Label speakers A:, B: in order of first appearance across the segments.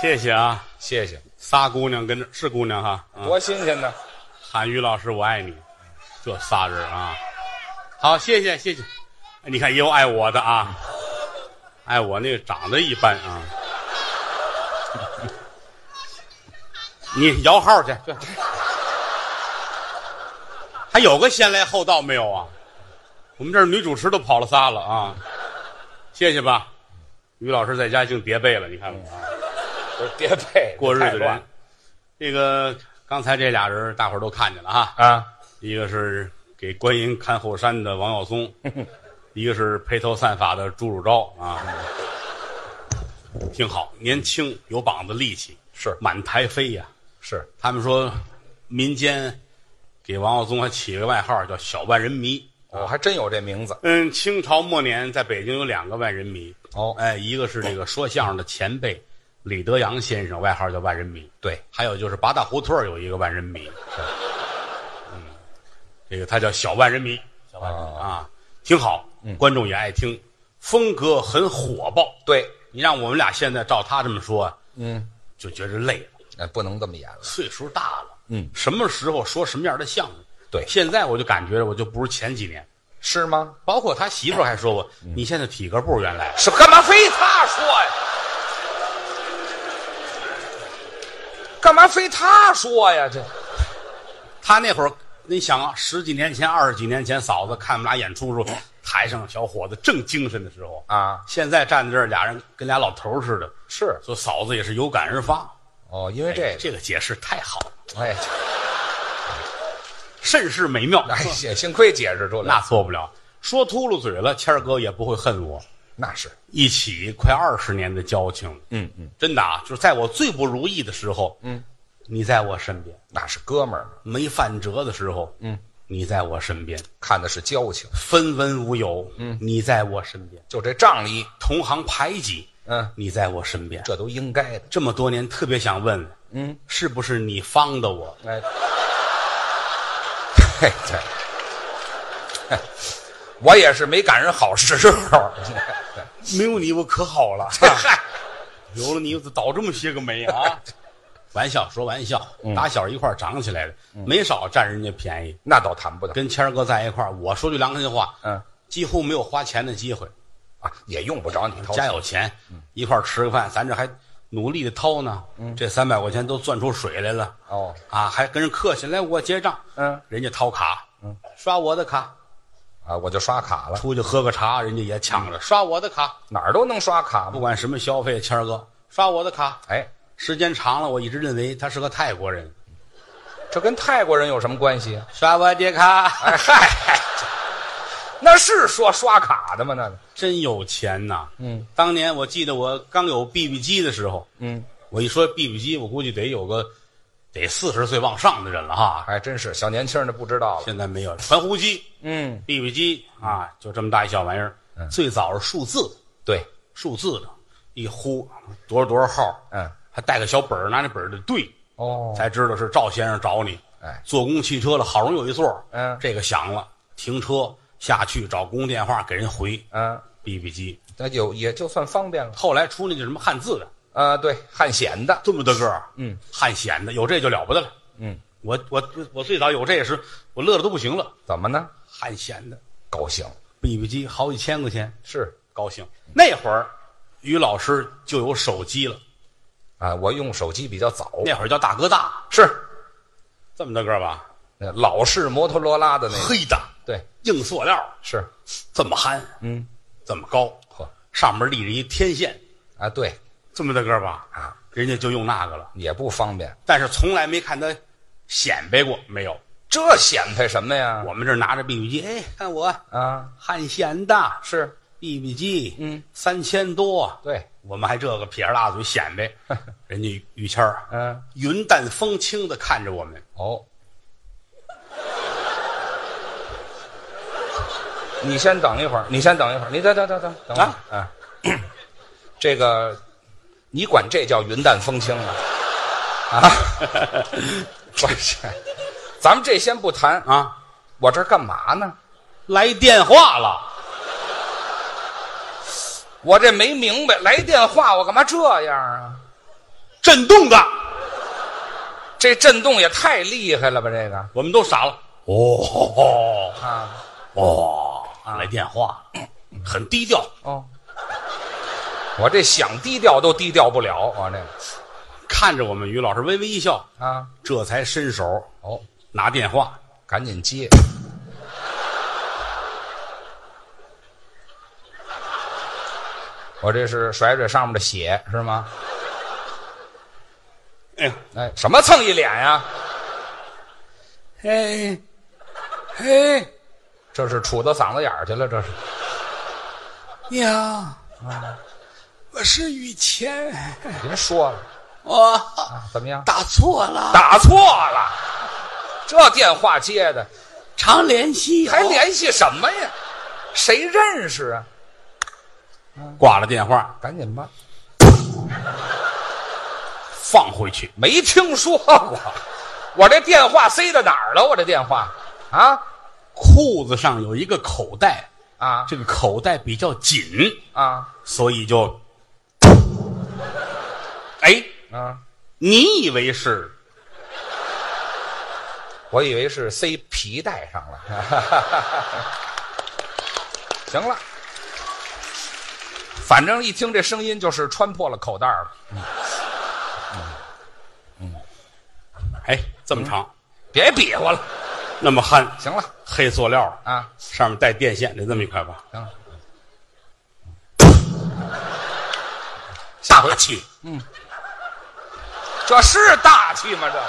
A: 谢谢啊，
B: 谢谢，
A: 仨姑娘跟这是姑娘哈，嗯
B: 啊多新鲜呢！
A: 喊于老师我爱你，这仨人啊，好，谢谢谢谢，哎你看也有爱我的啊，爱我那个长得一般啊，你摇号去，对还有个先来后到没有啊？我们这儿女主持都跑了仨了啊，谢谢吧，于老师在家净叠被了，你看看啊。
B: 不是叠被
A: 过日
B: 太
A: 子
B: 乱
A: 人。这个刚才这俩人，大伙儿都看见了哈，
B: 啊！
A: 一个是给观音看后山的王耀 松，一个是披头散发的朱汝昭啊，挺好，年轻有膀子力气，
B: 是
A: 满台飞呀、
B: 是，
A: 他们说，民间给王耀宗还起了个外号叫“小万人迷”。
B: 啊我还真有这名字
A: 嗯，清朝末年，在北京有两个万人迷。
B: 哦
A: 哎，一个是这个说相声的前辈李德阳先生，外号叫万人迷。
B: 对，
A: 还有就是八大胡同儿有一个万人迷。嗯，这个他叫小万人迷，小万人迷啊，挺好，观众也爱听，风格很火爆。
B: 对，
A: 你让我们俩现在照他这么说，嗯，就觉着累了。
B: 哎，不能这么演了。
A: 岁数大了，
B: 嗯，
A: 什么时候说什么样的相声？
B: 对
A: 现在我就感觉我就不如前几年。
B: 是吗？
A: 包括他媳妇儿还说我，你现在体格不如原来。
B: 是干嘛非他说呀？干嘛非他说呀？这
A: 他那会儿，你想啊，十几年前、二十几年前，嫂子看我们俩演出的时候，台上小伙子正精神的时候
B: 啊
A: 现在站在这儿，俩人跟俩老头儿似的。
B: 是
A: 说嫂子也是有感而发，
B: 哦，因为
A: 哎
B: 这
A: 这个解释太好了，
B: 个，哎， 这
A: 甚是美妙。
B: 哎呀，幸亏解释出来，
A: 那错不了，说秃噜嘴了，谦儿哥也不会恨我。
B: 那是
A: 一起快二十年的交情，
B: 嗯嗯，
A: 真的啊，就是在我最不如意的时候，嗯，你在我身边；
B: 那是哥们儿，
A: 没饭辙的时候，嗯，你在我身边；
B: 看的是交情，
A: 分文无有，嗯，你在我身边；
B: 就这仗义，
A: 同行排挤，
B: 嗯，
A: 你在我身边。
B: 这都应该的。
A: 这么多年，特别想问，嗯，是不是你方的我？
B: 哎， 嘿，对， 我也是没赶上好时候。
A: 没有你，我可好 了。
B: 嗨，
A: 有了你，我倒这么些个霉 啊！玩笑说玩笑，打小一块儿长起来的，没少占人家便宜。
B: 那倒谈不到
A: 跟谦儿哥在一块儿，我说句良心话，
B: 嗯，
A: 几乎没有花钱的机会。
B: 啊，也用不着你掏
A: 家
B: 钱。
A: 有钱，嗯一块儿吃个饭，咱这还努力的掏呢。这三百块钱都攥出水来了。
B: 哦，
A: 啊，还跟人客气，来我结账。
B: 嗯，
A: 人家掏卡，嗯，刷我的卡，
B: 啊，我就刷卡了，
A: 出去喝个茶，人家也抢
B: 嗯
A: 着刷我的卡。
B: 哪儿都能刷卡
A: 不
B: 嘛。
A: 管什么消费，谦儿哥刷我的卡。
B: 哎，
A: 时间长了，我一直认为他是个泰国人。
B: 这跟泰国人有什么关系啊？
A: 刷我的卡，
B: 哎嗨，那是说刷卡的吗？那个
A: 真有钱呐！嗯，当年我记得我刚有 BB 机的时候，
B: 嗯，
A: 我一说 BB 机，我估计得有个得四十岁往上的人了哈。
B: 还真是小年轻的不知道了。
A: 现在没有了传呼机、
B: 嗯，
A: BB 机啊，就这么大一小玩意儿。最早是数字，
B: 对，
A: 数字的，一呼多少多少号，
B: 嗯，
A: 还带个小本儿，拿那本儿得对，
B: 哦，
A: 才知道是赵先生找你。
B: 哎
A: 坐公共汽车了，好容易有一座，
B: 嗯
A: 这个响了，停车下去找公共电话给人回
B: 嗯，
A: BB 机。
B: 那就也就算方便了。
A: 后来出那叫什么汉字的，
B: 啊，对，汉显的，
A: 这么大个儿，嗯，汉显的有这就了不得了。
B: 嗯，
A: 我我我最早有这时，我乐的都不行了。
B: 怎么呢？
A: 汉显的
B: 高兴
A: BB 机好几千块钱，
B: 是
A: 高兴。那会儿，于老师就有手机了，
B: 啊，我用手机比较早，
A: 那会儿叫大哥大，
B: 是
A: 这么大个儿吧，
B: 那老式摩托罗拉的那个，
A: 黑的，
B: 对，
A: 硬塑料，
B: 是，
A: 这么憨，
B: 嗯，
A: 这么高，
B: 呵，
A: 上面立着一天线，
B: 啊，对，
A: 这么大个儿吧，
B: 啊，
A: 人家就用那个了，
B: 也不方便。
A: 但是从来没看他显摆过，没有。
B: 这显摆什么呀？
A: 我们这拿着 BB 机，哎，看我
B: 啊，
A: 汉显的
B: 是
A: BB 机，
B: 嗯，
A: 三千多，
B: 对，
A: 我们还这个撇着大嘴显摆， 人家于于谦儿，
B: 嗯，
A: 云淡风轻的看着我们，
B: 哦，你先等一会儿，你先等一会儿，你等等等等等会儿
A: 啊
B: 啊，这个你管这叫云淡风轻啊？啊， 不是，咱们这先不谈，
A: 啊，
B: 我这儿干嘛呢？
A: 来电话了，
B: 我这没明白，来电话我干嘛这样啊？
A: 震动的，
B: 这震动也太厉害了吧？这个
A: 我们都傻了。哦
B: 啊，
A: 哦，来电话了，很低调。
B: 哦，我这想低调都低调不了，我这个
A: 看着我们于老师微微一笑，
B: 啊，
A: 这才伸手
B: 哦，
A: 拿电话。
B: 赶紧接，我这是甩甩上面的血是吗？
A: 哎呀，
B: 哎，什么蹭一脸呀、
A: 嘿，
B: 嘿，
A: 哎
B: 这是杵到嗓子眼儿去了，这是
A: 你好，我是雨谦，
B: 别说了
A: 我
B: 啊，怎么样？
A: 打错了，
B: 打错了，这电话接的
A: 常联系哦
B: 还联系什么呀？谁认识啊？
A: 挂了电话，
B: 赶紧吧，
A: 放回去。
B: 没听说过，我这电话塞到哪儿了？我这电话啊
A: 裤子上有一个口袋，
B: 啊
A: 这个口袋比较紧，
B: 啊
A: 所以就，哎，
B: 啊！
A: 你以为是
B: 我以为是塞皮带上了， 行了，反正一听这声音就是穿破了口袋了。
A: 哎这么长，
B: 别比划了，
A: 那么憨，
B: 行了
A: 黑塑料
B: 啊，
A: 上面带电线的这么一块吧，
B: 行了，
A: 大气。
B: 这是大气吗？这，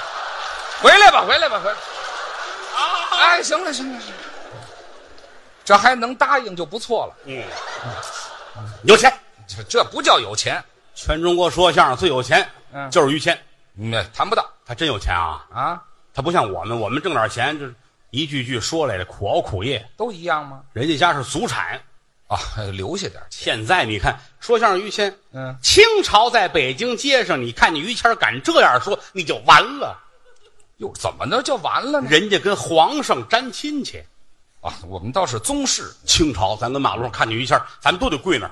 B: 回来吧，回来吧，回来。哎，行了，行了，行了，这还能答应就不错了，
A: 嗯，有钱，
B: 这这不叫有钱，
A: 全中国说相声最有钱，
B: 嗯
A: 就是于谦，
B: 嗯，谈不到
A: 他真有钱啊！
B: 啊，
A: 他不像我们，我们挣点钱就是一句句说来的苦熬苦业，
B: 都一样吗？
A: 人家家是祖产。
B: 啊，留下点钱，
A: 现在你看说相声于谦，
B: 嗯，
A: 清朝在北京街上，你看你于谦敢这样说，你就完了。
B: 哟，怎么呢？就完了呢？
A: 人家跟皇上沾亲戚。
B: 啊，我们倒是宗室，
A: 清朝，咱跟马路上看见于谦，咱们都得跪那儿，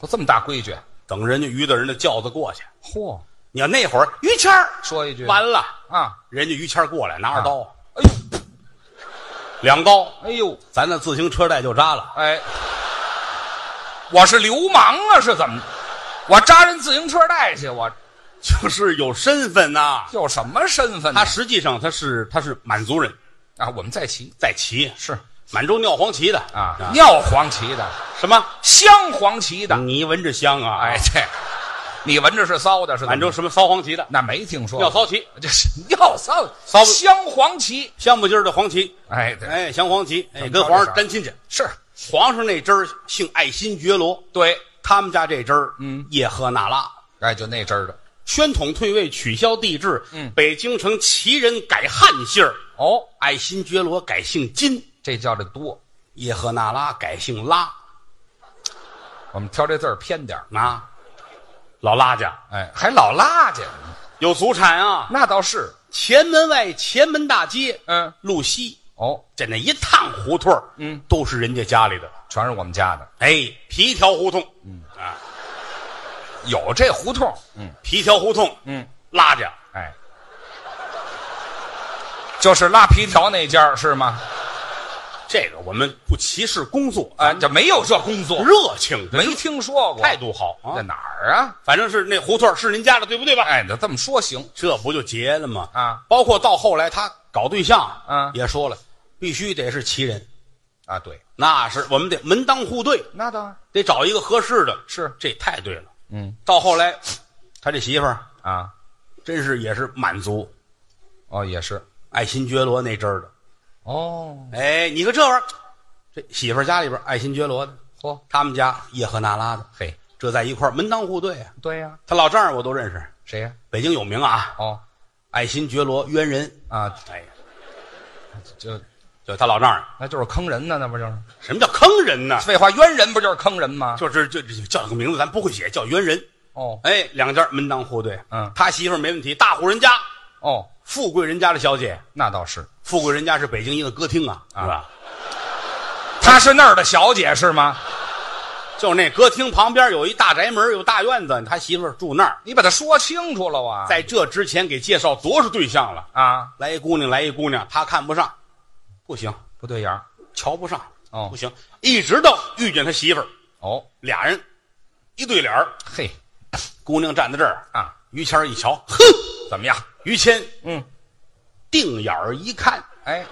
B: 都这么大规矩，
A: 等人家于大人的轿子过去。
B: 嚯，
A: 你要那会儿于谦儿
B: 说一句
A: 完了，
B: 啊，
A: 人家于谦儿过来拿着刀，
B: 哎呦，
A: 两刀，
B: 哎呦，
A: 咱的自行车带就扎了。
B: 哎，我是流氓啊，是怎么？我扎人自行车带去，我
A: 就是有身份呐、
B: 有什么身份呢？
A: 他实际上他是他是满族人，
B: 啊，我们在骑
A: 在旗，
B: 是
A: 满洲尿黄旗的
B: 啊，尿黄旗的，
A: 什么？
B: 镶黄旗的，
A: 你闻着香啊？
B: 哎，，对，你闻着是骚的，是怎么
A: 满洲什么骚黄旗的？
B: 那没听说
A: 尿骚旗，
B: 这是尿骚
A: 骚
B: 镶黄旗，
A: 香不劲儿的黄旗，
B: 哎，对，
A: 哎，降黄旗，哎，
B: 么
A: 跟
B: 高
A: 皇
B: 这色
A: 上
B: 儿
A: 沾亲戚。
B: 是
A: 皇上那支儿姓爱新觉罗，
B: 对，
A: 他们家这支儿，嗯，叶赫那拉。
B: 哎，就那阵儿的
A: 宣统退位，取消帝制，
B: 嗯
A: 北京城旗人改汉姓儿，
B: 哦，
A: 爱新觉罗改姓金，
B: 这叫的多，
A: 叶赫那拉改姓拉
B: 我们挑这字儿偏点儿，
A: 啊，老拉家
B: 哎，还老拉去，
A: 有祖产啊，
B: 那倒是，
A: 前门外前门大街，
B: 嗯，
A: 路西
B: 哦，
A: 这那一趟胡同嗯，都是人家家里的，
B: 全是我们家的，
A: 哎，皮条胡同，嗯啊，
B: 有这胡同，嗯
A: 皮条胡同，
B: 嗯，
A: 拉家
B: 哎，就是拉皮条那家儿是吗？
A: 这个我们不歧视工作，
B: 啊，这没有这工作，
A: 热情
B: 没听说过，
A: 态度好啊
B: 在，哪儿啊？
A: 反正是那胡同是您家的，对不对吧？
B: 哎，那这么说行，
A: 这不就结了吗？
B: 啊，
A: 包括到后来他搞对象，
B: 嗯
A: 也说了，必须得是旗人，
B: 啊，对，
A: 那是我们得门当户对，
B: 那当然
A: 得找一个合适的。
B: 是，
A: 这太对了。
B: 嗯
A: 到后来，他这媳妇儿
B: 啊，
A: 真是也是满族
B: 哦，也是，
A: 爱新觉罗那阵儿的。
B: 哦，
A: 哎，你看这玩意儿，这媳妇儿家里边爱新觉罗的，
B: 嚯，
A: 他们家叶赫那拉的，
B: 嘿，
A: 这在一块儿门当户对啊。
B: 对呀，
A: 他老丈人我都认识，
B: 谁呀？
A: 北京有名啊，
B: 哦，
A: 爱新觉罗渊人。
B: 啊，
A: 哎，
B: 就
A: 就他老丈人，
B: 那就是坑人呢，那不就是？
A: 什么叫坑人呢？
B: 废话，冤人不就是坑人吗？
A: 就是就就叫个名字，咱不会写，叫猿人。
B: 哦
A: 哎，两家门当户对。
B: 嗯
A: 他媳妇儿没问题，大户人家，
B: 哦，
A: 富贵人家的小姐，
B: 那倒是，
A: 富贵人家是北京一个歌厅啊，
B: 啊
A: 是吧？
B: 她是那儿的小姐是吗？
A: 就那歌厅旁边有一大宅门，有大院子，他媳妇儿住那儿。
B: 你把它说清楚了啊！
A: 在这之前给介绍多少对象了？
B: 啊，
A: 来一姑娘，来一姑娘，他看不上，不行，
B: 不对眼儿
A: 瞧不上，
B: 哦
A: 不行，一直到遇见他媳妇儿，
B: 哦，
A: 俩人一对脸儿，
B: 嘿
A: 姑娘站在这儿，
B: 啊，
A: 于谦儿一瞧，哼，
B: 怎么样？
A: 于谦
B: 嗯，
A: 定眼儿一看，
B: 哎，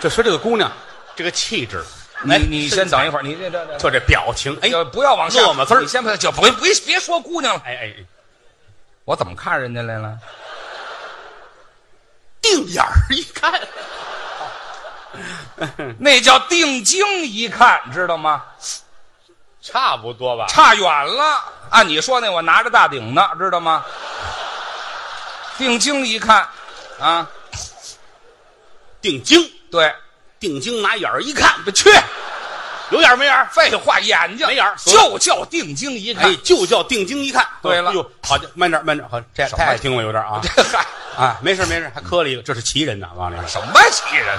A: 这说这个姑娘这个气质，哎
B: 你你先
A: 身材
B: 等一会儿，你这这这，
A: 就这表情，哎，
B: 就不要往下
A: 落寞丝儿
B: 你先不就别别别说姑娘了，
A: 哎哎，哎
B: 我怎么看人家来了？
A: 定眼儿一看，嗯
B: 那叫定睛一看，知道吗？
A: 差不多吧？
B: 差远了。按你说那，我拿着大顶呢，知道吗？定睛一看，啊，
A: 定睛，
B: 对，
A: 定睛拿眼儿一看，
B: 不去，
A: 有眼儿没眼儿？
B: 废话，眼睛
A: 没眼儿
B: 就叫定睛一看
A: 哎。，就叫定睛一看。
B: 对了
A: 哎呦，好的，慢点，慢点，好，这
B: 什么
A: 太听了有点啊
B: 这嗨，
A: 啊，没事没事，还磕了一个，这是奇人呐，往 里
B: 什么奇人？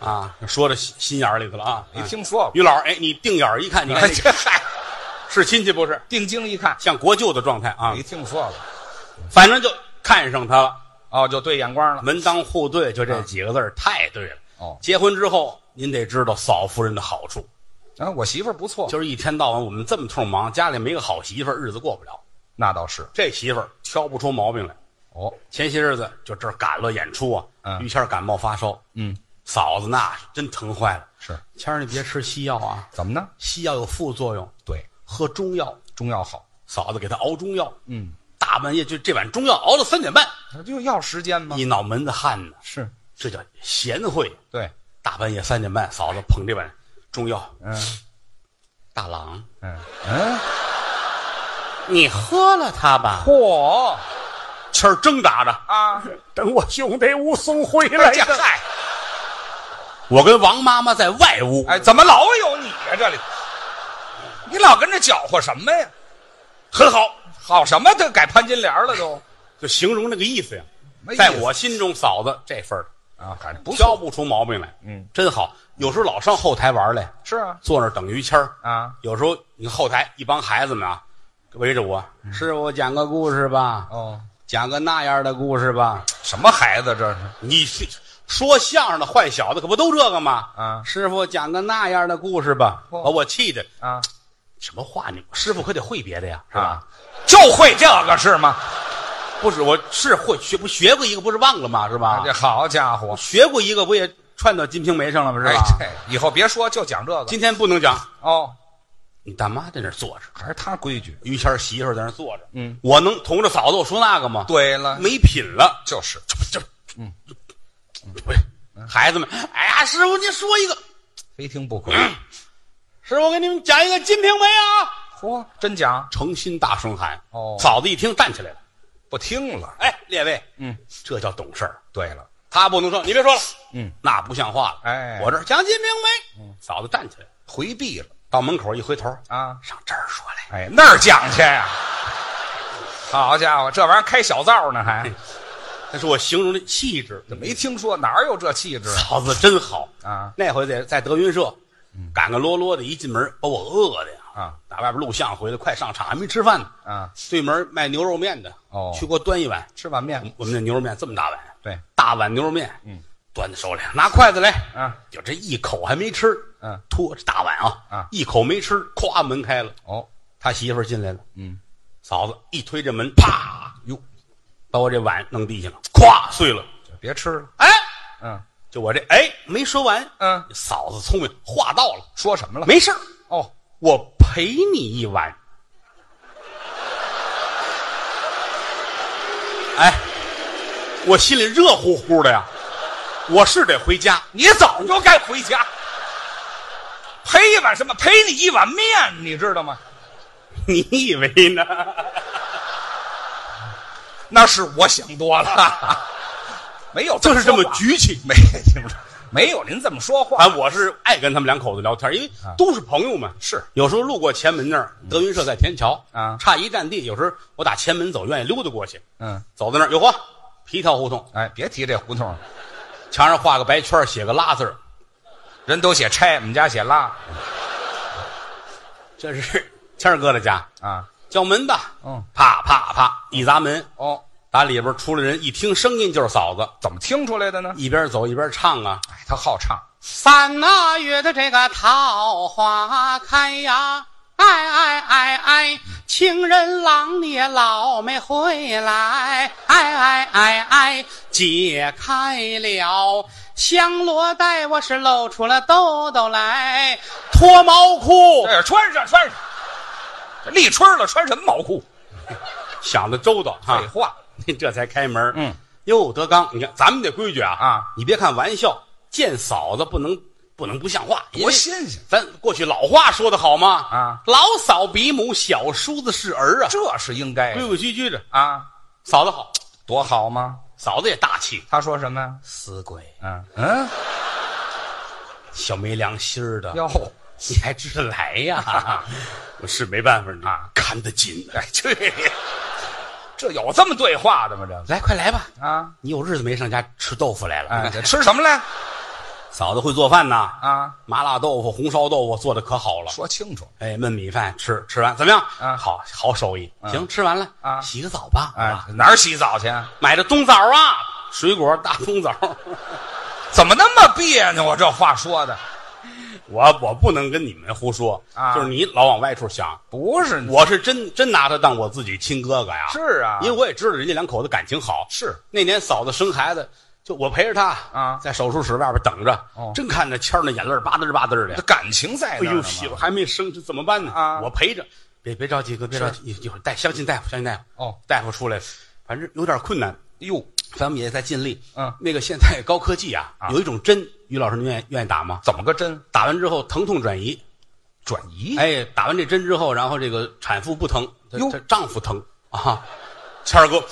A: 啊，说到心心眼儿里头了啊。
B: 没听说过。
A: 于老师，哎，你定眼儿一看，你看
B: 哎，
A: 这
B: 这嗨，
A: 是亲戚不是？
B: 定睛一看，
A: 像国舅的状态啊
B: 没，听说过。
A: 反正就看上他了，
B: 哦，就对眼光了。
A: 门当户对，就这几个字儿太对了。
B: 哦，
A: 结婚之后，您得知道嫂夫人的好处，
B: 啊，我媳妇儿不错，
A: 就是一天到晚我们这么通忙，家里没个好媳妇儿，日子过不了。
B: 那倒是。
A: 这媳妇儿挑不出毛病来。
B: 哦，
A: 前些日子就这儿赶了演出啊，
B: 嗯
A: 于谦儿感冒发烧，
B: 嗯，
A: 嫂子那是真疼坏了。
B: 是
A: 谦儿，你别吃西药啊，
B: 怎么呢？
A: 西药有副作用，
B: 对，
A: 喝中药。
B: 中药好。
A: 嫂子给他熬中药，
B: 嗯，
A: 大半夜就这碗中药熬到三点半，
B: 那就要时间吗
A: 一？脑门子汗呢，
B: 是，
A: 这叫贤惠。
B: 对，
A: 大半夜三点半，嫂子捧这碗中药，
B: 嗯
A: 大郎，
B: 嗯嗯，
A: 你喝了它吧。
B: 嚯
A: 谦儿挣扎着，
B: 啊！
A: 等我兄弟武松回
B: 哎
A: 来
B: 呀嗨，
A: 我跟王妈妈在外屋，
B: 哎，怎么老有你呀、这里，你老跟着搅和什么呀？
A: 很好，
B: 好什么都改潘金莲了都，
A: 就形容那个意思呀。
B: 没意思
A: 在我心中，嫂子这份儿的
B: 啊，反正不
A: 挑
B: 错。
A: 不出毛病来，
B: 嗯，
A: 真好。有时候老上后台玩来，
B: 是啊，
A: 坐那儿等于谦儿。
B: 啊，
A: 有时候你看后台一帮孩子们啊，围着我，师傅讲个故事吧，
B: 哦，
A: 讲个那样的故事吧。
B: 什么孩子这是？
A: 你是说相声的坏小子，可不都这个吗？
B: 啊
A: 师傅讲个那样的故事吧，把
B: 嚯
A: 我气的，
B: 啊
A: 什么话你师傅可得会别的呀，是吧？
B: 啊，就会这个是吗？
A: 不是，我是会学，不学过一个，不是忘了吗？是吧？
B: 啊这哎好家伙，
A: 学过一个，不也串到《金瓶梅》上了吗？是
B: 哎
A: 吧？，
B: 这以后别说，就讲这个
A: 今天不能讲，
B: 哦，
A: 你大妈在那儿坐着，
B: 还是他规矩。
A: 于谦儿媳妇儿在那儿坐着，
B: 嗯，
A: 我能同着嫂子我说那个吗？，
B: 对啊了，
A: 没品了，
B: 就是
A: 这，嗯，喂，孩子们，哎呀，师傅，您说一个，
B: 非听不可。
A: 师傅给你们讲一个《金瓶梅》啊，
B: 嚯，真讲
A: 诚心大声喊，
B: 哦
A: 嫂子一听站起来了，
B: 不听了。
A: 哎，列位，
B: 嗯，
A: 这叫懂事儿，
B: 对了，
A: 他不能说你别说了，
B: 嗯，
A: 那不像话了，
B: 哎嗯
A: 我这儿讲《金瓶梅》，嫂子站起来，
B: 回避了
A: 到门口一回头，
B: 啊。
A: 上这儿说来。
B: 哎，那儿讲去呀、好家伙，这玩意儿开小灶呢还，
A: 那是我形容的气质。
B: 没听说哪儿有这气质
A: 嫂子真好
B: 啊！嗯
A: 那回在在德云社，赶个啰啰的，一进门把我饿的呀！
B: 啊，
A: 打外边录像回来，快上场还没吃饭呢。
B: 啊！
A: 对门卖牛肉面的，
B: 哦
A: 去给我端一碗。
B: 吃碗面，
A: 我们那牛肉面这么大碗，
B: 对，
A: 大碗牛肉面，嗯，端在手里，拿筷子来，
B: 啊，
A: 就这一口还没吃，
B: 嗯，
A: 托这大碗啊，
B: 啊
A: 一口没吃，咵门开了，
B: 哦，
A: 他媳妇儿进来了，
B: 嗯，
A: 嫂子一推这门，啪，
B: 哟，
A: 把我这碗弄地下了，咵碎了，
B: 别吃了，
A: 哎，
B: 嗯
A: 就我这哎没说完，
B: 嗯，
A: 嫂子聪明，话到了，
B: 说什么了？
A: 没事儿，
B: 哦，
A: 我陪你一晚。哎，我心里热乎乎的呀，我是得回家。
B: 你早就该回家，赔一碗什么？赔你一碗面，你知道吗？
A: 你以为呢？
B: 那是我想多了，没有，
A: 就是这么
B: 说话
A: 局气。
B: 没听说，没有您这么说话
A: 啊，我是爱跟他们两口子聊天，因为都是朋友嘛。
B: 啊是
A: 有时候路过前门那儿，德云社在天桥
B: 啊
A: 差一站地。有时候我打前门走，愿意溜达过去，
B: 嗯，
A: 走到那儿，有嚯，皮条胡同，
B: 哎，别提这胡同了。
A: 墙上画个白圈，写个拉字儿，
B: 人都写拆，我们家写拉。
A: 这是 谦儿哥的家，
B: 啊，
A: 叫门吧。
B: 嗯，
A: 啪啪啪一砸门，
B: 哦，
A: 打里边出来人，一听声音就是嫂子，
B: 怎么听出来的呢？
A: 一边走一边唱啊。
B: 哎，他好唱，
A: 三那月的这个桃花开呀，哎哎哎哎，情人郎你也老没回来，哎哎哎哎，解开了香罗带，我是露出了兜兜来，脱毛裤，
B: 哎，穿上穿上，这立春了穿什么毛裤？
A: 想的周到哈
B: 废，话，
A: 这才开门。
B: 嗯，
A: 哟，德刚，你看咱们这规矩啊
B: 啊，
A: 你别看玩笑，见嫂子不能不能不像话，因
B: 多
A: 为
B: 新鲜！
A: 咱过去老话说的好嘛，
B: 啊，
A: 老嫂比母，小叔子是儿啊，
B: 这是应该
A: 规规矩矩的。
B: 啊，
A: 嫂子好，
B: 多好吗？
A: 嫂子也大气，
B: 他说什么呀？
A: 死鬼，
B: 嗯嗯，
A: 小没良心儿的，
B: 哟，
A: 你还知道来呀？ 我是没办法
B: 啊，
A: 看得紧。
B: 哎，去，这有这么对话的吗？这
A: 来，快来吧，
B: 啊，
A: 你有日子没上家吃豆腐来了。
B: 哎，
A: 你看
B: 这吃什么来？
A: 嫂子会做饭呐，
B: 啊，
A: 麻辣豆腐、红烧豆腐做的可好了。
B: 说清楚，
A: 哎，焖米饭吃吃完怎么样？
B: 啊
A: 好好手艺。行，吃完了
B: 啊
A: 洗个澡吧。
B: 哎
A: 啊，，
B: 哪儿洗澡去？
A: 买的冬枣啊，水果大冬枣。
B: 怎么那么别扭啊？这话说的
A: 我我不能跟你们胡说
B: 啊
A: 就是你老往外处想，
B: 不是你
A: 我是真真拿他当我自己亲哥哥呀。
B: 是啊
A: 因为我也知道人家两口子感情好。
B: 是
A: 那年嫂子生孩子，就我陪着她
B: 啊
A: 在手术室外边等着，
B: 哦
A: 真看着谦儿那眼泪儿吧嗒吧嗒的
B: 这。感情在
A: 哎
B: 那儿
A: 呦，
B: 呢
A: 媳妇
B: 嘛。
A: 还没生，这怎么办呢？
B: 啊
A: 我陪着，别别着急，哥，别着急，一一会儿大相信大夫，相信大夫。
B: 哦，
A: 大夫出来了，反正有点困难，
B: 哟，
A: 咱们也在尽力。
B: 嗯
A: 那个现在高科技啊，有一种针，于老师您愿意愿意打吗？
B: 怎么个针
A: 打完之后疼痛转移，
B: 转移？
A: 哎，打完这针之后，然后这个产妇不疼，她
B: 嗯哟
A: 她丈夫疼啊。谦儿哥，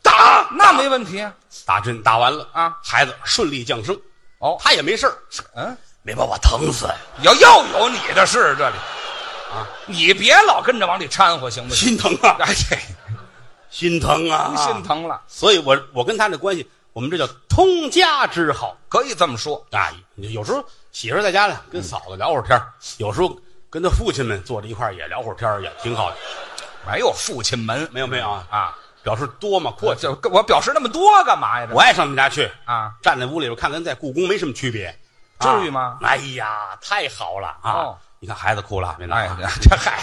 A: 打
B: 那没问题啊。
A: 打针打完了
B: 啊，
A: 孩子顺利降生，
B: 哦，
A: 他也没事儿，
B: 嗯，
A: 没把我疼死。
B: 要又有你的事这里啊，你别老跟着往里掺和行 不行？
A: 心疼 啊，
B: 哎，这
A: 心疼啊，
B: 不心。疼了，
A: 所以我我跟他这关系，我们这叫通家之好
B: 可以这么说。
A: 啊。有时候媳妇儿在家呢，跟嫂子聊会儿天儿有时候跟他父亲们坐在一块儿也聊会儿天儿也挺好的。
B: 没有父亲门，
A: 没有没有啊
B: 啊！
A: 表示多嘛阔
B: 我
A: 气，
B: 就我表示那么多干嘛呀？这
A: 我爱上他们家去
B: 啊，
A: 站在屋里边看，跟在故宫没什么区别，
B: 至
A: 啊
B: 于吗？
A: 哎呀，太好了啊！
B: 哦
A: 你看孩子哭了，别闹
B: 哎
A: 啊、，
B: 这嗨，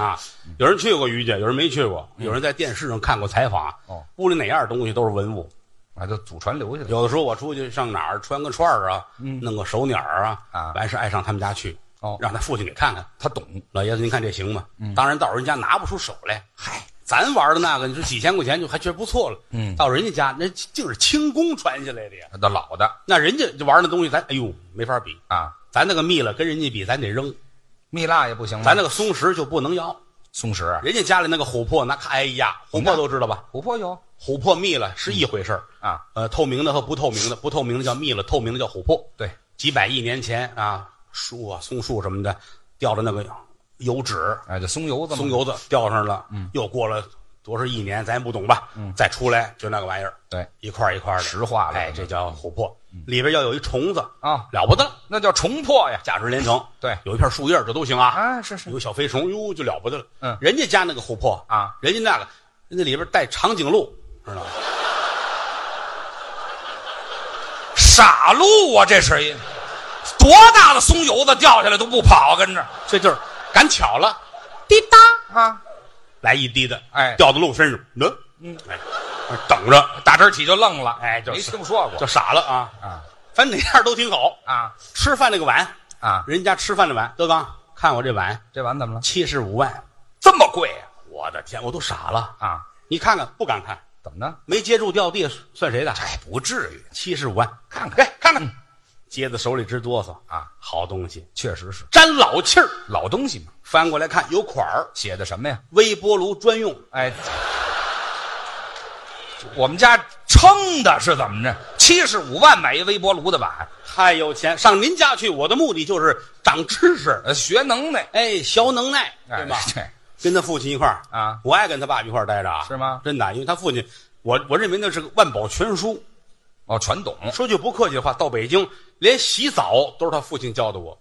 A: 啊！有人去过于家，有人没去过，有人在电视上看过采访。
B: 嗯哦
A: 屋里哪样东西都是文物。
B: 啊，就祖传留下的。
A: 有的时候我出去上哪儿穿个串儿啊，弄个手鸟儿啊，
B: 嗯啊
A: 完事爱上他们家去，
B: 哦
A: 让他父亲给看看。
B: 他懂，
A: 老爷子，您看这行吗？当然到人家拿不出手来。嗨，咱玩的那个，你说几千块钱就还觉得不错了。
B: 嗯
A: 到人家家那竟是轻功传下来的呀。
B: 他的老的
A: 那人家就玩那东西，咱哎呦没法比。
B: 啊，
A: 咱那个蜜了跟人家比，咱得扔；
B: 蜜蜡也不行吗？
A: 咱那个松石就不能要。
B: 松石、
A: 人家家里那个琥珀，那看哎呀，琥珀都知道吧？
B: 琥珀有
A: 琥珀蜜了是一回事儿。
B: 啊，
A: 呃，透明的和不透明的，不透明的叫蜜了，透明的叫琥珀。
B: 对，
A: 几百亿年前啊，树啊、松树什么的掉的那个油脂，
B: 哎，这松油子嘛，
A: 松油子掉上了，
B: 嗯
A: 又过了多少一年，咱也不懂吧，再出来就那个玩意儿，
B: 对，
A: 一块儿一块儿的
B: 石化嗯了嗯
A: 哎，这叫琥珀，里边要有一虫子
B: 啊
A: 了不得了，
B: 那叫重破呀。
A: 价值连城，
B: 对
A: 有一片树叶儿这都行啊，
B: 啊，是是
A: 有小飞虫，哟，就了不得了，
B: 嗯
A: 人家家那个琥珀
B: 啊，
A: 人家那个人家里边带长颈鹿，知道吗？
B: 傻路啊，这是一多大的松油子掉下来都不跑，跟着
A: 这就是赶巧了，滴答
B: 啊，
A: 来一滴的，
B: 哎
A: 掉到鹿身上，嗯嗯，哎，等着，
B: 打这儿起就愣了，
A: 哎就
B: 没
A: 是
B: 听说过
A: 就傻了啊，
B: 啊
A: 反正哪样都挺好，
B: 啊
A: 吃饭那个碗。
B: 啊！
A: 人家吃饭的碗，德刚看我这碗
B: 这碗怎么了？
A: 七十五万，
B: 这么贵呀
A: 我的天，我都傻了！
B: 啊？
A: 你看看，不敢看，
B: 怎么呢？
A: 没接住掉地算谁的？
B: 哎，不至于，
A: 七十五万，
B: 看看哎看看，
A: 接在手里直哆嗦
B: 啊！
A: 好东西，
B: 确实是
A: 沾老气儿。
B: 老东西嘛，
A: 翻过来看，有款儿，
B: 写的什么呀？
A: 微波炉专用，
B: 哎，我们家撑的是怎么着？七十五万买一微波炉的碗，
A: 太有钱！上您家去，我的目的就是长知识，
B: 呃，学能耐，
A: 哎，学能耐，
B: 哎
A: 对吧？
B: 对
A: 跟他父亲一块儿
B: 啊
A: 我爱跟他爸一块儿待着啊，
B: 是吗
A: 真的，因为他父亲，我我认为那是个万宝全书。
B: 哦，全懂
A: 说句不客气的话，到北京连洗澡都是他父亲教的我。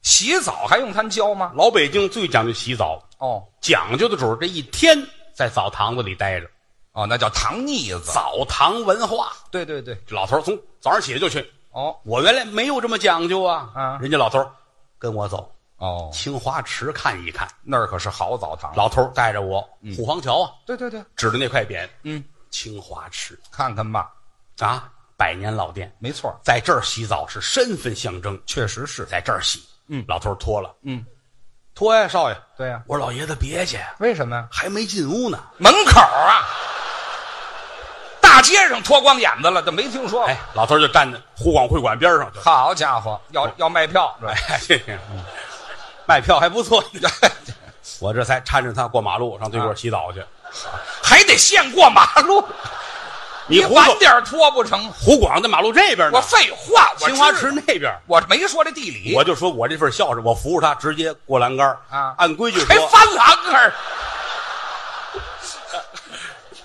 B: 洗澡还用它教吗？
A: 老北京最讲究洗澡，
B: 哦
A: 讲究的主儿这一天在澡堂子里待着，
B: 哦，那叫糖腻子。
A: 澡堂文化。
B: 对对对，
A: 这老头儿从早上起来就去，
B: 哦
A: 我原来没有这么讲究啊。
B: 啊
A: 人家老头儿跟我走
B: 哦，
A: 清华池看一看，
B: 那儿可是好澡堂。
A: 老头儿带着我虎坊桥啊，
B: 对对对，
A: 指着那块匾，
B: 嗯，
A: 清华池
B: 看看吧，
A: 啊，百年老店，
B: 没错，
A: 在这儿洗澡是身份象征，
B: 确实是。
A: 在这儿洗。
B: 嗯
A: 老头儿脱了，
B: 嗯，
A: 脱呀，少爷。
B: 对呀、
A: 我说老爷子别去，
B: 为什么呀？
A: 还没进屋呢。
B: 门口啊，大街上脱光眼子了，都没听说过。
A: 哎，老头儿就站在湖广会馆边上，就
B: 好家伙，要要卖票，
A: 哎， 这个卖票还不错。 我这才搀着他过马路，上对
B: 啊
A: 过洗澡去。
B: 还得现过马 路，
A: 你胡
B: 晚
A: 子
B: 点脱不成？
A: 湖广在马路这边呢
B: 我，废话，我
A: 清华
B: 知
A: 池那边。
B: 我没说这地理，
A: 我就说我这份孝顺，我扶着他直接过栏杆儿
B: 啊
A: 按规矩
B: 还
A: 说，
B: 翻栏杆 儿。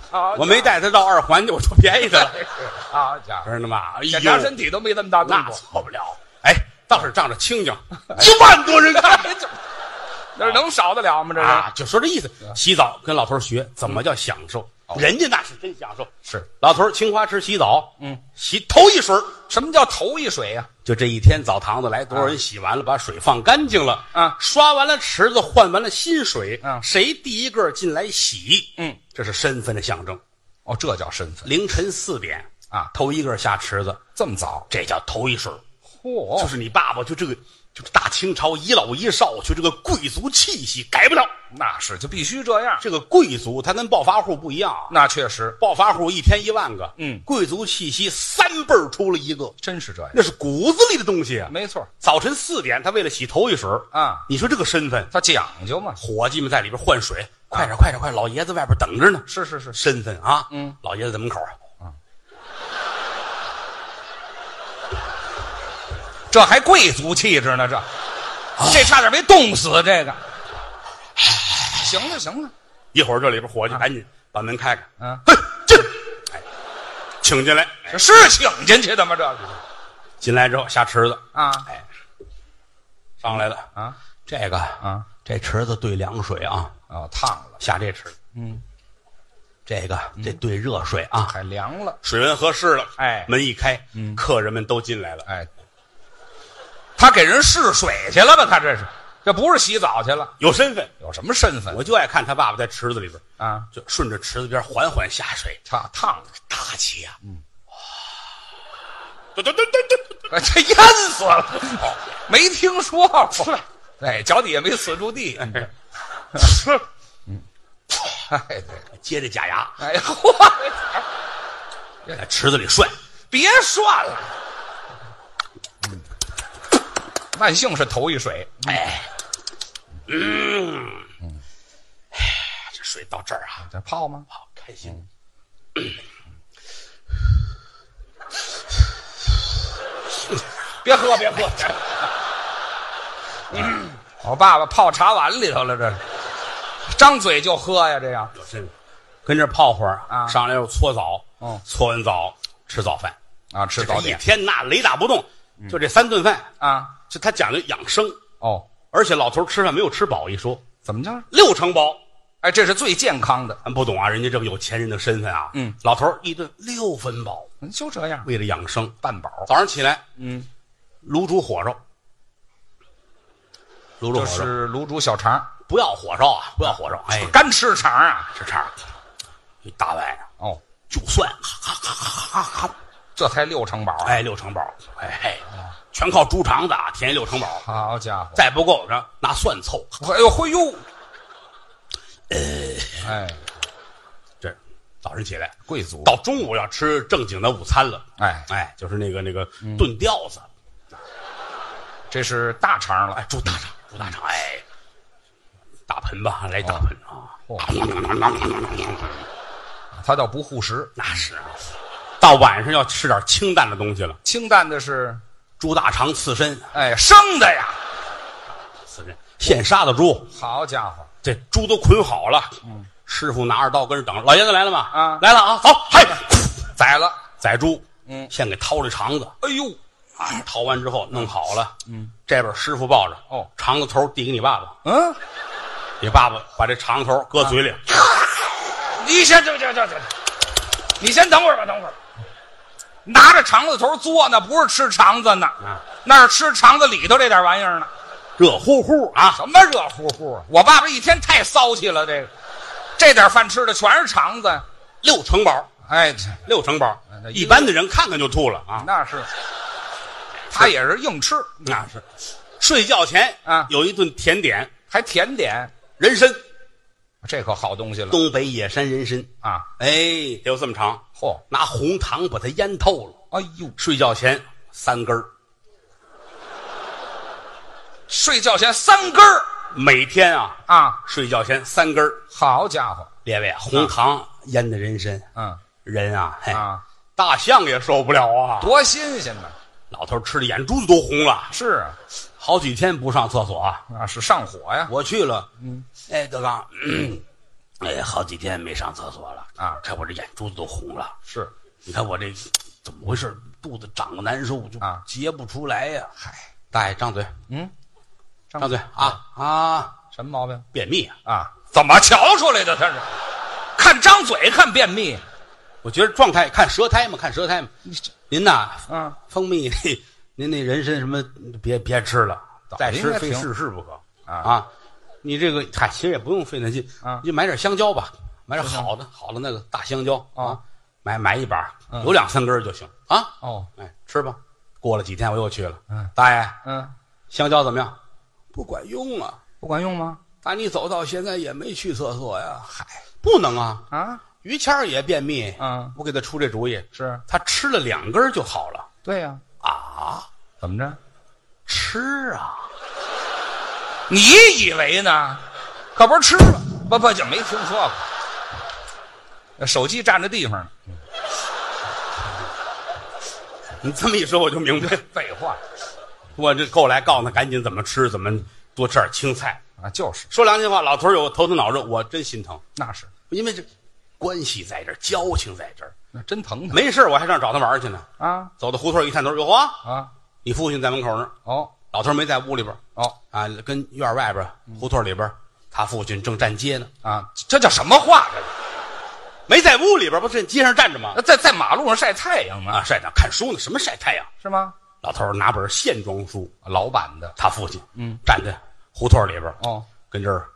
B: 好
A: 我没带他到二环去，我就便宜他了。
B: 好家伙，
A: 知道吗？哎呦
B: 哎检查身体都没这么大动
A: 那
B: 作，
A: 错不了。哎，倒是仗着清静，
B: 一万多人看， 这能少得了吗？这
A: 啊
B: 是，嗯哦
A: 就说这意思。洗澡跟老头儿学怎么叫享受，人家那是真享受。
B: 是
A: 老头儿清华池洗澡，
B: 嗯，
A: 洗头一水儿
B: 什么叫头一水啊呀？
A: 就这一天澡堂子来多少人洗完了，把水放干净了，
B: 啊
A: 刷完了池子，换完了新水，
B: 嗯
A: 谁第一个进来洗，
B: 嗯，
A: 这是身份的象征。
B: 哦，这叫身份，
A: 凌晨四点
B: 啊
A: 头一个下池子，
B: 这么早？
A: 这叫头一水。
B: 嚯
A: 就是你爸爸就这个，就是大清朝一老一少，就这个贵族气息改不了。
B: 那是就必须这样，
A: 这个贵族他跟暴发户不一样啊，
B: 那确实
A: 暴发户一天一万个，
B: 嗯
A: 贵族气息三辈儿出了一个，
B: 真是这样，
A: 那是骨子里的东西啊。
B: 没错
A: 早晨四点，他为了洗头一水儿
B: 啊
A: 你说这个身份，
B: 他讲究嘛。
A: 伙计们在里边换水，
B: 啊
A: 快点快点快点，老爷子外边等着呢。
B: 是是是，
A: 身份啊，嗯，老爷子在门口，
B: 这还贵族气质呢，这这差点没冻死。这个，行了行了，
A: 一会儿这里边
B: 啊
A: 伙计赶紧把门开开，
B: 嗯
A: 嘿，进，哎，请进来。
B: 这是请进去的吗？这个
A: 进来之后下池子，
B: 啊
A: 哎，上来了，
B: 啊
A: 这个
B: 啊，
A: 这池子兑凉水啊，
B: 哦，烫了
A: 下这池，嗯，这个
B: 嗯
A: 这兑热水啊，
B: 还凉了，
A: 水温合适了，
B: 哎
A: 门一开，客人们都进来了，
B: 哎，他给人试水去了吧？他这是，这不是洗澡去了，
A: 有身份，
B: 有什么身份
A: 我就爱看他爸爸在池子里边，
B: 啊？
A: 就顺着池子边缓缓下水，
B: 烫烫了，
A: 大气呀，嗯，哇，噔噔噔噔
B: 哎这淹死了，哦没听说过。哎，脚底下没死住地。哎，
A: 噔，
B: 对，
A: 接着假牙
B: 哎嚯！
A: 在池子里涮，
B: 别涮了。万幸是头一水，
A: 这水到这儿啊，
B: 这泡吗？
A: 好开心。
B: 嗯别喝，别 喝。我爸爸泡茶碗里头了，这是张嘴就喝呀，这样
A: 有身份，跟这儿泡会儿
B: 啊
A: 上来又搓澡，
B: 哦
A: 搓完澡吃早饭，
B: 啊，吃
A: 这一天那雷打不动，
B: 嗯
A: 就这三顿饭，
B: 啊，
A: 就他讲究养生，
B: 哦，
A: 而且老头儿吃饭没有吃饱一说，
B: 怎么叫？
A: 六成饱。
B: 哎，这是最健康的，
A: 咱不懂啊，人家这个有钱人的身份啊，
B: 嗯，
A: 老头儿一顿六分饱，
B: 嗯就这样，
A: 为了养生，
B: 半饱，
A: 早上起来
B: 嗯，
A: 卤煮火烧，卤煮火
B: 就
A: 烧，
B: 是卤煮小肠，
A: 不要火烧啊，不要火烧，哎，
B: 干吃肠啊，
A: 这叉儿，一大碗上
B: 哦，
A: 就蒜，哈哈哈哈哈哈。
B: 这才六成饱啊，
A: 哎，六成饱，哎嘿，全靠猪肠子啊，填六成饱，
B: 好家伙，
A: 再不够呢，拿蒜凑，
B: 哎呦嘿呦，哎，
A: 这早晨起来，
B: 贵族
A: 到中午要吃正经的午餐了，
B: 哎嗯
A: 哎，就是那个那个炖吊子，
B: 这是大肠了
A: 哎，，猪大肠，猪大肠，哎，大盆吧，来大盆啊，
B: 哦他倒不护食，
A: 那是啊，到晚上要吃点清淡的东西了，
B: 清淡的是，
A: 猪大肠刺身，
B: 哎，生的呀，
A: 刺身现杀的猪，
B: 好家伙，
A: 这猪都捆好了，师傅拿着刀跟着等着，老爷子来了吗？
B: 嗯啊
A: 来了啊，走，嘿，
B: 宰了，
A: 宰猪，
B: 嗯
A: 先给掏这肠子，
B: 哎呦，
A: 啊，掏完之后弄好了，嗯，这边师傅抱着，
B: 哦，
A: 长的头递给你爸爸，
B: 嗯，
A: 你爸爸把这长头搁嘴
B: 啊
A: 里，
B: 你先这这这这，你先等会儿吧，等会儿。拿着肠子头嘬呢，不是吃肠子呢，
A: 啊
B: 那是吃肠子里头这点玩意儿呢。
A: 热乎乎啊！
B: 什么热乎乎啊！我爸爸一天太骚气了，这个，这点饭吃的全是肠子。
A: 六成饱，
B: 哎，这
A: 六成饱
B: 嗯那，一
A: 一般的人看看就吐了啊！
B: 那是，他也是硬吃，
A: 那是，啊睡觉前
B: 啊
A: 有一顿甜点，
B: 还甜点，
A: 人参，
B: 这可好东西了
A: 东北野山人参，
B: 啊！
A: 哎，得有这么长，
B: 嚯，
A: 拿红糖把它腌透了。
B: 哎呦，
A: 睡觉前三根儿，
B: 睡觉前三根儿
A: 每天啊，
B: 啊，
A: 睡觉前三根儿。
B: 好家伙，
A: 列位啊，红糖腌的人参，
B: 嗯
A: 人啊，嘿，
B: 啊，
A: 大象也受不了啊！
B: 多新鲜呢！
A: 老头吃的眼珠子都红了，
B: 是啊，
A: 好几天不上厕所啊。
B: 啊是上火呀，
A: 我去了，嗯，哎，德刚，咳哎，好几天没上厕所了
B: 啊
A: 这我这眼珠子都红了。
B: 是，
A: 你看我这怎么回事？肚子长得难受，就
B: 啊
A: 结不出来呀、
B: 嗨，
A: 大爷，张嘴，
B: 嗯，张
A: 张嘴啊啊！
B: 什么毛病
A: 便秘啊！
B: 啊？怎么瞧出来的？他是看张嘴看便秘，
A: 我觉得状态看舌苔嘛，看舌苔嘛。您呐，
B: 嗯，
A: 蜂蜜，嘿您那人参什么别别吃了，再
B: 应
A: 吃
B: 该
A: 非
B: 停
A: 试试不可
B: 啊
A: 你这个嗨，其实也不用费那劲，
B: 啊
A: 你就买点香蕉吧，买点好的好的那个大香蕉
B: 啊，
A: 买买一把，有两三根儿就行啊。
B: 哦，
A: 哎，吃吧。过了几天我又去了，
B: 嗯，
A: 大爷，
B: 嗯，
A: 香蕉怎么样？不管用啊！
B: 不管用吗？
A: 打你走到现在也没去厕所呀。嗨，不能啊！
B: 啊，
A: 于谦儿也便秘，
B: 嗯，
A: 我给他出这主意，
B: 是
A: 他吃了两根儿就好了
B: 对呀、
A: 啊！
B: 怎么着？
A: 吃啊，
B: 你以为呢？可不是吃了，不不就没听说过。手机占着地方呢，
A: 你这么一说我就明白了，
B: 废话
A: 我这后来告诉他赶紧怎么吃，怎么多吃点青菜。
B: 啊，就是
A: 说良心话，老头儿有头疼脑热，我真心疼，
B: 那是，
A: 因为这关系在这儿，交情在这儿。
B: 那真疼他
A: 没事儿我还上找他玩儿去呢。
B: 啊
A: 走到胡同儿一探头，哟呵，
B: 啊
A: 你父亲在门口呢，
B: 哦
A: 老头儿没在屋里边儿
B: 哦
A: 啊，跟院儿外边儿胡同里边儿，他父亲正站街呢，
B: 啊，这叫什么话？
A: 没在屋里边儿，不是街上站着吗
B: 这？在在马路上晒太阳呢，
A: 啊，晒太阳看书呢，什么晒太阳？
B: 是吗？
A: 老头儿拿本线装书，
B: 老板的
A: 他父亲
B: 嗯
A: 站在胡同里边儿，
B: 哦
A: 跟这儿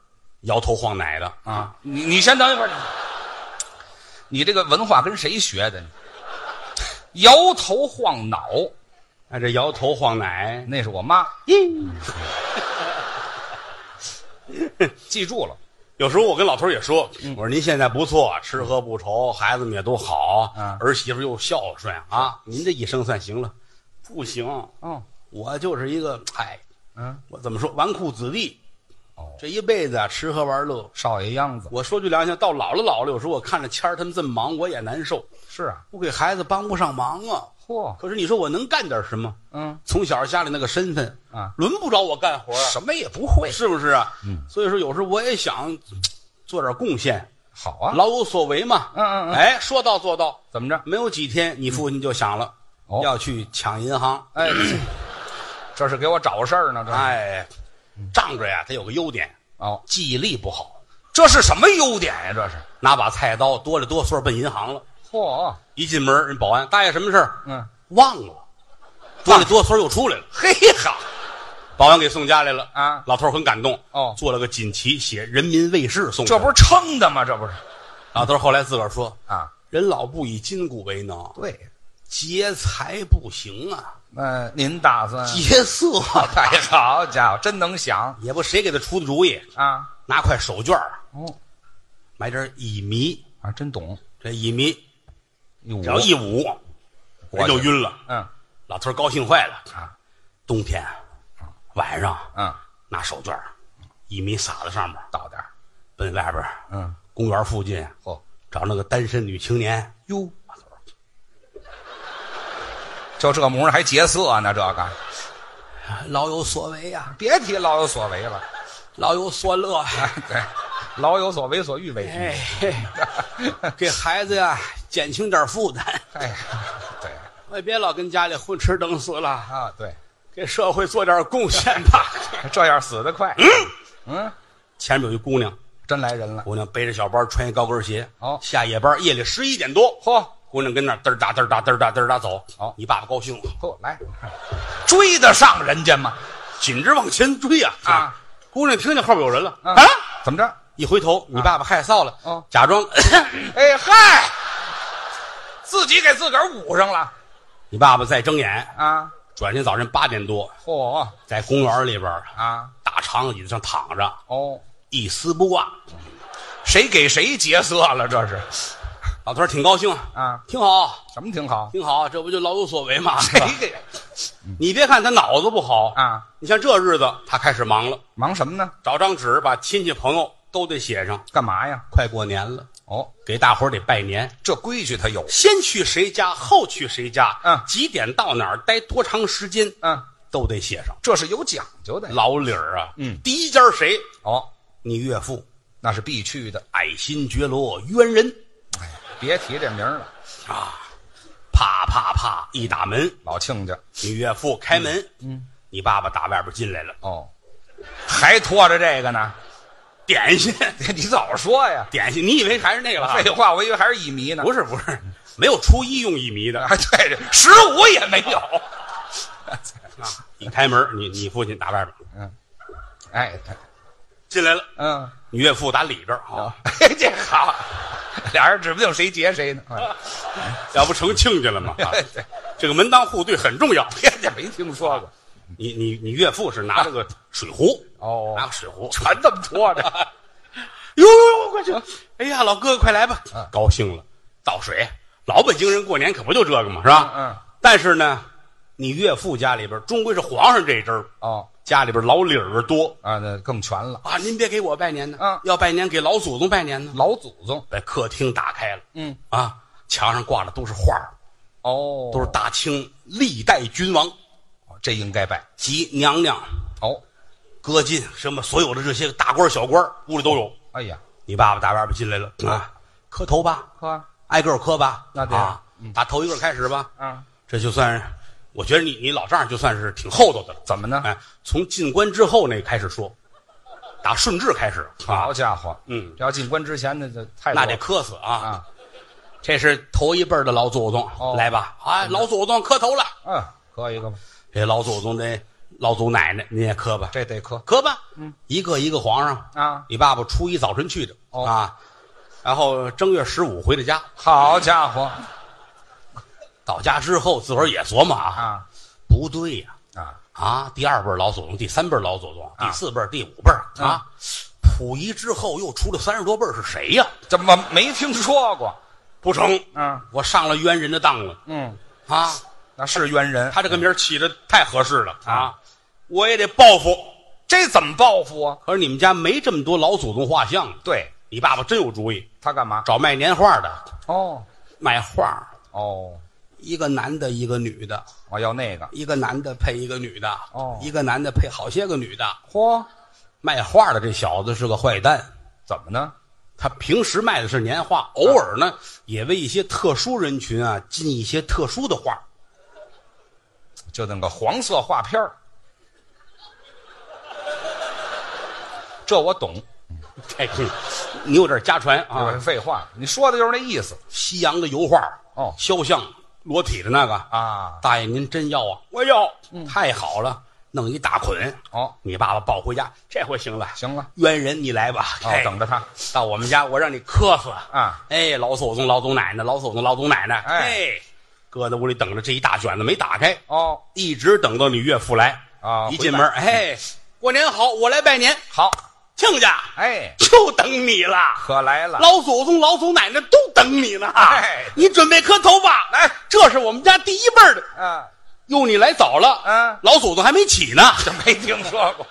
A: 摇头晃脑的。
B: 啊，你你先等一会儿，你你这个文化跟谁学的呢？摇头晃脑，
A: 哎，这摇头晃脑，
B: 那是我妈，
A: 咦
B: 记住了。
A: 有时候我跟老头儿也说，
B: 嗯
A: 我说您现在不错，吃喝不愁，孩子们也都好，
B: 嗯
A: 儿媳妇又孝顺啊，您这一生算行了。不行，
B: 哦，
A: 我就是一个，哎，
B: 嗯，
A: 我怎么说，纨绔子弟，
B: 哦
A: 这一辈子啊，吃喝玩乐。
B: 少爷样子
A: 我说句良心，到老了老了，有时候我看着谦儿他们这么忙，我也难受，
B: 是啊，
A: 我给孩子帮不上忙啊。
B: 嚯，
A: 可是你说我能干点什么？
B: 嗯，
A: 从小家里那个身份
B: 啊，
A: 轮不着我干活啊，
B: 什么也不会，嗯
A: 是不是啊？所以说有时候我也想做点贡献，
B: 好啊，
A: 老有所为嘛。
B: 嗯嗯嗯
A: 哎，说到做到，
B: 怎么着？
A: 没有几天，你父亲就想了，
B: 哦
A: 要去抢银行。
B: 哎，这是给我找事儿呢，这
A: 哎，仗着呀，他有个优点，
B: 哦，
A: 记忆力不好，
B: 这是什么优点呀？这是，
A: 拿把菜刀哆里哆嗦奔银行了。
B: 嚯，
A: 一进门，人保安大爷什么事儿？
B: 嗯，
A: 忘了，哆里哆嗦又出来了。
B: 嘿哈，
A: 保安给送家来了
B: 啊
A: 老头儿很感动
B: 哦
A: 做了个锦旗，写“人民卫士”送去
B: 这不是撑的吗？这不是
A: 老头儿后来自个儿说
B: 啊？：“
A: 人老不以筋骨为能，
B: 对，
A: 劫财不行啊，
B: 那您打算？
A: 劫色啊
B: 哎， 好家伙，真能想
A: 也不谁给他出的主意，
B: 啊！
A: 拿块手绢儿
B: 哦，
A: 买点乙醚，
B: 啊，真懂。
A: 这乙醚
B: 我
A: 只要一捂，人就晕了。
B: 嗯
A: 老头儿高兴坏了，
B: 啊
A: 冬天晚上
B: 嗯，
A: 拿手绢儿乙醚撒在上面，
B: 倒点儿
A: 奔外边儿
B: 嗯，
A: 公园附近
B: 嚯
A: 找那个单身女青年。”
B: 哟，就这模样还劫色呢？这个
A: 老有所为呀、
B: 别提老有所为了，
A: 老有所乐。啊
B: 哎对，老有所为所欲为 之。
A: 哎，嘿给孩子呀、减轻点负担，
B: 哎，对
A: 哎，别老跟家里混吃等死了。
B: 啊对，
A: 给社会做点贡献吧。
B: 这样死得快。嗯，
A: 前面有一姑娘，
B: 真来人了。
A: 姑娘背着小包，穿一高跟鞋，
B: 哦
A: 下夜班，夜里十一点多，
B: 嚯
A: 姑娘跟那儿嘚儿哒嘚儿哒嘚儿哒嘚儿哒走。
B: 哦
A: 你爸爸高兴了，
B: 嚯，来，追得上人家吗？
A: 紧着往前追呀
B: 啊
A: 姑娘听见后边有人了
B: 啊
A: 啊，
B: 怎么着？
A: 一回头，你爸爸害臊了，
B: 哦
A: 假装，
B: 哎嗨，自己给自个儿捂上了
A: 你爸爸再睁眼，
B: 啊！
A: 转天早晨八点多，
B: 嚯
A: 在公园里边儿
B: 啊
A: 大长椅子上躺着，
B: 哦，
A: 一丝不挂。
B: 谁给谁劫色了？这是
A: 老头儿挺高兴
B: 啊，
A: 挺好，
B: 什么挺好？
A: 挺好，这不就老有所为吗？
B: 谁给
A: 你别看他脑子不好
B: 啊，
A: 你像这日子，他开始忙了，
B: 忙什么呢？
A: 找张纸把亲戚朋友都得写上。
B: 干嘛呀？
A: 快过年了，
B: 哦，
A: 给大伙儿得拜年，
B: 这规矩他有。
A: 先去谁家，后去谁家，
B: 嗯
A: 几点到哪儿，待多长时间，
B: 嗯，
A: 都得写上。
B: 这是有讲究的。
A: 老理儿啊，
B: 嗯
A: 第一家谁？
B: 哦，
A: 你岳父，
B: 那是必去的。
A: 爱新觉罗ห์冤人
B: 别提这名儿了，
A: 啊！啪啪啪，一打门，
B: 老亲家。
A: 你岳父开门，嗯，你爸爸打外边进来了，
B: 哦，还拖着这个呢？
A: 点心，
B: 你早说呀！
A: 点心，你以为还是那个了啊？
B: 废话，我以为还是乙醚呢。
A: 不是不是，没有初一用一米的。
B: 哎，对，十五也没有。
A: 一开门，你你父亲打外边
B: 哎，
A: 进来了，
B: 嗯，
A: 你岳父打里边啊，
B: 嘿， 这好， 俩人指不定谁劫谁呢。哎
A: 要不成亲家了 吗？啊
B: 对
A: 这个门当户对很重要。
B: 这没听说过。
A: 你你你岳父是拿了个水壶，
B: 哦
A: 拿个水壶，
B: 全这么拖着。
A: 哟呦呦，快
B: 啊
A: 去！哎呀，老哥哥，快来吧！
B: 嗯
A: 高兴了，倒水。老北京人过年可不就这个嘛，是吧？
B: 嗯嗯
A: 但是呢，你岳父家里边终归是皇上这一支儿，
B: 哦，
A: 家里边老理儿多
B: 啊，那更全了。
A: 啊。您别给我拜年呢，
B: 嗯
A: 要拜年给老祖宗拜年呢。
B: 老祖宗，
A: 把客厅打开了，
B: 嗯，
A: 啊，墙上挂的都是画儿
B: 哦，
A: 都是大清历代君王
B: 这应该拜。
A: 及娘娘、
B: 哦，
A: 歌进什么所有的这些大官儿小官儿屋里都有。
B: 哎呀，
A: 你爸爸打外边进来了啊，磕头吧，
B: 呵，
A: 挨个儿磕吧，
B: 那得嗯
A: 啊，打头一个开始吧。
B: 啊，
A: 这就算是，我觉得你你老丈人就算是挺厚道的了。
B: 怎么呢？
A: 哎，从进关之后那个开始说，打顺治开始啊
B: 好，家伙，
A: 嗯
B: 这要进关之前那就太多
A: 那
B: 了
A: 得磕死啊。
B: 啊，
A: 这是头一辈儿的老祖宗，
B: 哦
A: 来吧，啊，老祖宗磕头了。
B: 嗯，磕一个吧，
A: 这老祖宗这老祖奶奶，您也磕吧，
B: 这得磕
A: 磕吧，嗯，一个一个皇上
B: 啊。
A: 你爸爸初一早晨去的、
B: 哦
A: 啊，然后正月十五回的家，
B: 好家伙，
A: 到家之后自个儿也琢磨啊，
B: 啊
A: 不对呀、
B: 啊，
A: 啊，第二辈儿老祖宗，第三辈儿老祖宗，
B: 啊
A: 第四辈儿、第五辈儿啊，溥仪之后又出了三十多辈儿是谁呀、
B: 怎么没听说过？
A: 不成，
B: 啊，
A: 我上了冤人的当了
B: 嗯，
A: 啊！
B: 那是冤人，
A: 他这个名儿起的太合适了啊
B: 啊，
A: 我也得报复。
B: 这怎么报复啊？
A: 可是你们家没这么多老祖宗画像，
B: 对
A: 你爸爸真有主意，
B: 他干嘛？
A: 找卖年画的，
B: 哦
A: 卖画，
B: 哦，
A: 一个男的，一个女的，
B: 我要那个，
A: 一个男的配一个女的，
B: 哦
A: 一个男的配好些个女的。
B: 嚯，
A: 卖画的这小子是个坏蛋，
B: 怎么呢？
A: 他平时卖的是年画，偶尔呢也为一些特殊人群啊进一些特殊的 画。
B: 就那个黄色画片 儿，这我懂，
A: 哎，嗯你有点家传啊
B: 这，废话，你说的就是那意思
A: 西洋的油画
B: 哦
A: 肖像裸体的那个。
B: 啊。
A: 大爷，您真要啊？我要，太好了，弄一大捆。
B: 嗯哦，
A: 你爸爸抱回家，这回行了。
B: 行了，
A: 冤人，你来吧，
B: 哦
A: 哎，
B: 等着他，
A: 到我们家，我让你磕死
B: 啊！
A: 哎，老祖宗、老祖奶奶、老祖宗、老祖奶奶，
B: 哎
A: 哎，搁在屋里等着，这一大卷子没打开，
B: 哦，
A: 一直等到你岳父来
B: 啊
A: 一进门，哎，过年好，我来拜年，
B: 好，
A: 亲家，
B: 哎，
A: 就等你了，
B: 可来了，
A: 老祖宗、老祖奶奶都等你呢。
B: 哎
A: 你准备磕头吧？
B: 来
A: 这是我们家第一辈儿的。
B: 啊，
A: 哟，你来早了，
B: 嗯
A: 老祖宗还没起呢。
B: 这没听说过，